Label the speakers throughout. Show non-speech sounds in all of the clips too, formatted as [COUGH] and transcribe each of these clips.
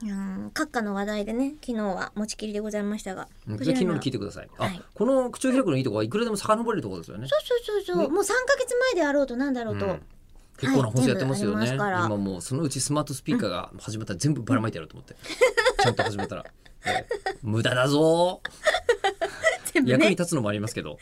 Speaker 1: いやー閣下の話題でね昨日は持ちきりでございましたが
Speaker 2: うん
Speaker 1: こ
Speaker 2: 昨
Speaker 1: ちら
Speaker 2: 日
Speaker 1: の
Speaker 2: の聞いてください。あ、
Speaker 1: はい
Speaker 2: この口を開くのいいとこはいくらでも遡れるところですよね。
Speaker 1: そうそうそうそう、
Speaker 2: ね
Speaker 1: もう3か月前であろうとなんだろうと、
Speaker 2: うん結構な本数やってますよ
Speaker 1: はい
Speaker 2: ね。
Speaker 1: 全部ありますから
Speaker 2: 今もうそのうちスマートスピーカーが始まったら全部ばらまいてやろうと思
Speaker 1: [LAUGHS]
Speaker 2: って。ちゃんと始めたら。ええ無駄だぞ
Speaker 1: 全
Speaker 2: ー。
Speaker 1: 部
Speaker 2: 役に
Speaker 1: [LAUGHS] ね
Speaker 2: 立つのもありますけど。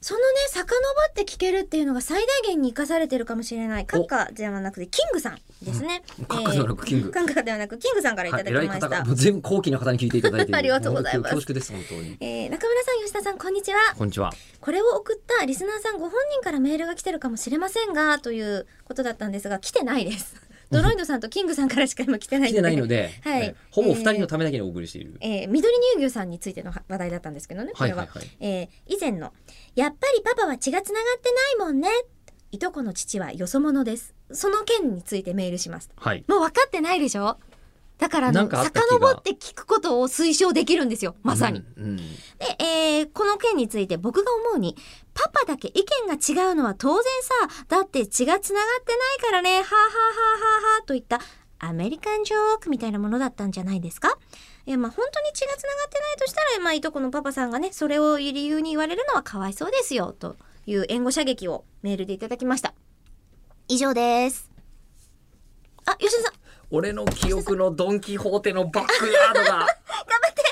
Speaker 1: そのね遡って聞けるっていうのが最大限に生かされてるかもしれない閣下ではなくてキングさんですね、
Speaker 2: 閣下ではなくキング
Speaker 1: えー閣下ではなくキングさんからい
Speaker 2: は
Speaker 1: た
Speaker 2: い、
Speaker 1: だき
Speaker 2: 偉い
Speaker 1: まし
Speaker 2: 方
Speaker 1: た、
Speaker 2: が、もう全部高貴な方に聞いていただいてる
Speaker 1: ありがとうございます
Speaker 2: も恐縮です、本当
Speaker 1: [LAUGHS]
Speaker 2: に。
Speaker 1: えー中村さん吉田さんこんにちは
Speaker 2: こんにちは。
Speaker 1: これを送ったリスナーさんご本人からメールが来てるかもしれませんがということだったんですが来てないです。ドロイドさんとキングさんからしか今来てない
Speaker 2: 来てないので、
Speaker 1: はい
Speaker 2: ええほぼ二人のためだけにお送りしている。
Speaker 1: えー緑乳牛さんについての話題だったんですけどねこ
Speaker 2: はい
Speaker 1: れ
Speaker 2: は
Speaker 1: は、
Speaker 2: いはい。
Speaker 1: えー以前の「やっぱりパパは血がつながってないもんね」いとこの父はよそ者ですその件についてメールします
Speaker 2: はい。
Speaker 1: もう分かってないでしょだからあ
Speaker 2: な
Speaker 1: の
Speaker 2: んかあった気が
Speaker 1: 遡って聞くことを推奨できるんですよまさに、
Speaker 2: うん。うん
Speaker 1: で、えーこの件について僕が思うに、パパだけ意見が違うのは当然さ、だって血が繋がってないからね、はあ、はあはあはあはあといったアメリカンジョークみたいなものだったんじゃないですかいや、まあ本当に血が繋がってないとしたら、まあいとこのパパさんがね、それを理由に言われるのはかわいそうですよ、という援護射撃をメールでいただきました。以上です。あ、吉田さん、
Speaker 2: 俺の記憶のドン・キホーテのバックヤード
Speaker 1: 頑
Speaker 2: が
Speaker 1: 張って、頑張って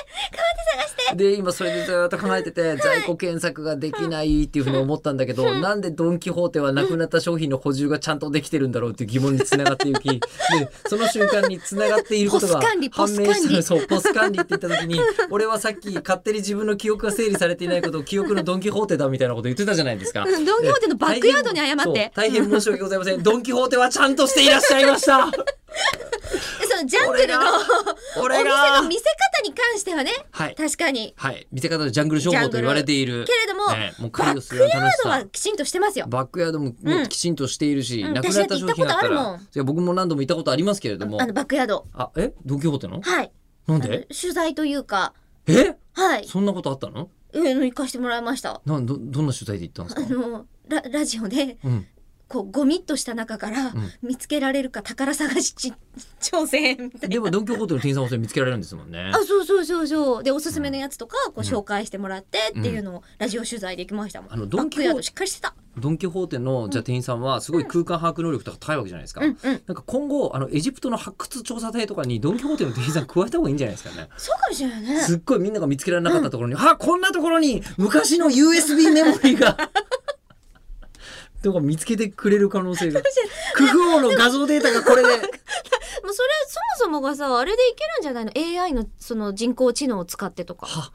Speaker 1: 探して。
Speaker 2: で今それでずっと考
Speaker 1: [LAUGHS]
Speaker 2: えてて在庫検索ができないっていうふうに思ったんだけどなんでドン・キホーテはなくなった商品の補充がちゃんとできてるんだろうっていう疑問につながってい
Speaker 1: [LAUGHS]
Speaker 2: きでその瞬間につながっていることが
Speaker 1: ポス管理ポ
Speaker 2: 判
Speaker 1: ス管理
Speaker 2: 明したのそうポス管理って言った時に [LAUGHS] 俺はさっき勝手に自分の記憶が整理されていないことを記憶のドン・キホーテだみたいなこと言ってたじゃないですか。
Speaker 1: うんドンキホーテのバックヤードに謝って
Speaker 2: そう大変申し訳ございません。ドン・キホーテはちゃんとしていらっしゃいました。
Speaker 1: そのジャングルのお
Speaker 2: 俺
Speaker 1: 店
Speaker 2: が
Speaker 1: の見せ方に関してはね、
Speaker 2: はい
Speaker 1: 確かに。
Speaker 2: はい、見せ方のジャングル商法と言われている。
Speaker 1: けれども、
Speaker 2: ねもう
Speaker 1: バ
Speaker 2: 狩
Speaker 1: ッ
Speaker 2: りをす
Speaker 1: ク
Speaker 2: る
Speaker 1: ヤー
Speaker 2: 楽し
Speaker 1: ドは
Speaker 2: さ。
Speaker 1: きちんとしてますよ。
Speaker 2: バックヤードも
Speaker 1: う
Speaker 2: も
Speaker 1: ん
Speaker 2: うきちんとしているし、
Speaker 1: うん
Speaker 2: なくなった
Speaker 1: 私
Speaker 2: 商品だった
Speaker 1: だって行ったことあるも
Speaker 2: ら
Speaker 1: ん、
Speaker 2: いや僕も何度も行ったことありますけれ
Speaker 1: あ
Speaker 2: ども、
Speaker 1: のバックヤード。
Speaker 2: あ、え、ドンキホーテの？
Speaker 1: はい。
Speaker 2: なん
Speaker 1: あの
Speaker 2: で？
Speaker 1: 取材というか、
Speaker 2: え、
Speaker 1: はい。
Speaker 2: そんなことあったの？
Speaker 1: えの行かしてもらいました。
Speaker 2: なんどどんな取材で行ったんで
Speaker 1: [LAUGHS]
Speaker 2: す
Speaker 1: あ
Speaker 2: か？
Speaker 1: のララジオで
Speaker 2: うん、
Speaker 1: こうゴミっとした中から
Speaker 2: ん
Speaker 1: 見つけられるか宝探しち挑戦みたいな。
Speaker 2: でもドンキホーテの店員さんもそれ見つけられるんですもんね
Speaker 1: あ。そうそうそうそうでおすすめのやつとかこう紹介してもらってっていうのをラジオ取材で行きましたもん、
Speaker 2: あのド
Speaker 1: バ
Speaker 2: ン
Speaker 1: ッ
Speaker 2: キ
Speaker 1: ク
Speaker 2: ホー
Speaker 1: ヤードしっかりしてた
Speaker 2: ドンキホーテのじゃあ店員さんはすごい空間把握能力とか高いわけじゃないですか。
Speaker 1: うんうん
Speaker 2: なんか今後あのエジプトの発掘調査隊とかにドンキホーテの店員さん加えた方がいいんじゃないですかね。
Speaker 1: そうかもしれないね
Speaker 2: すっごいみんなが見つけられなかったところに、あこんなところに昔の USB メモリーが [LAUGHS] とか見つけてくれる可能性 [LAUGHS] がクフ王の画像データがこれで
Speaker 1: もうそれそもそもがさあれでいけるんじゃないの AI のその人工知能を使ってとか
Speaker 2: は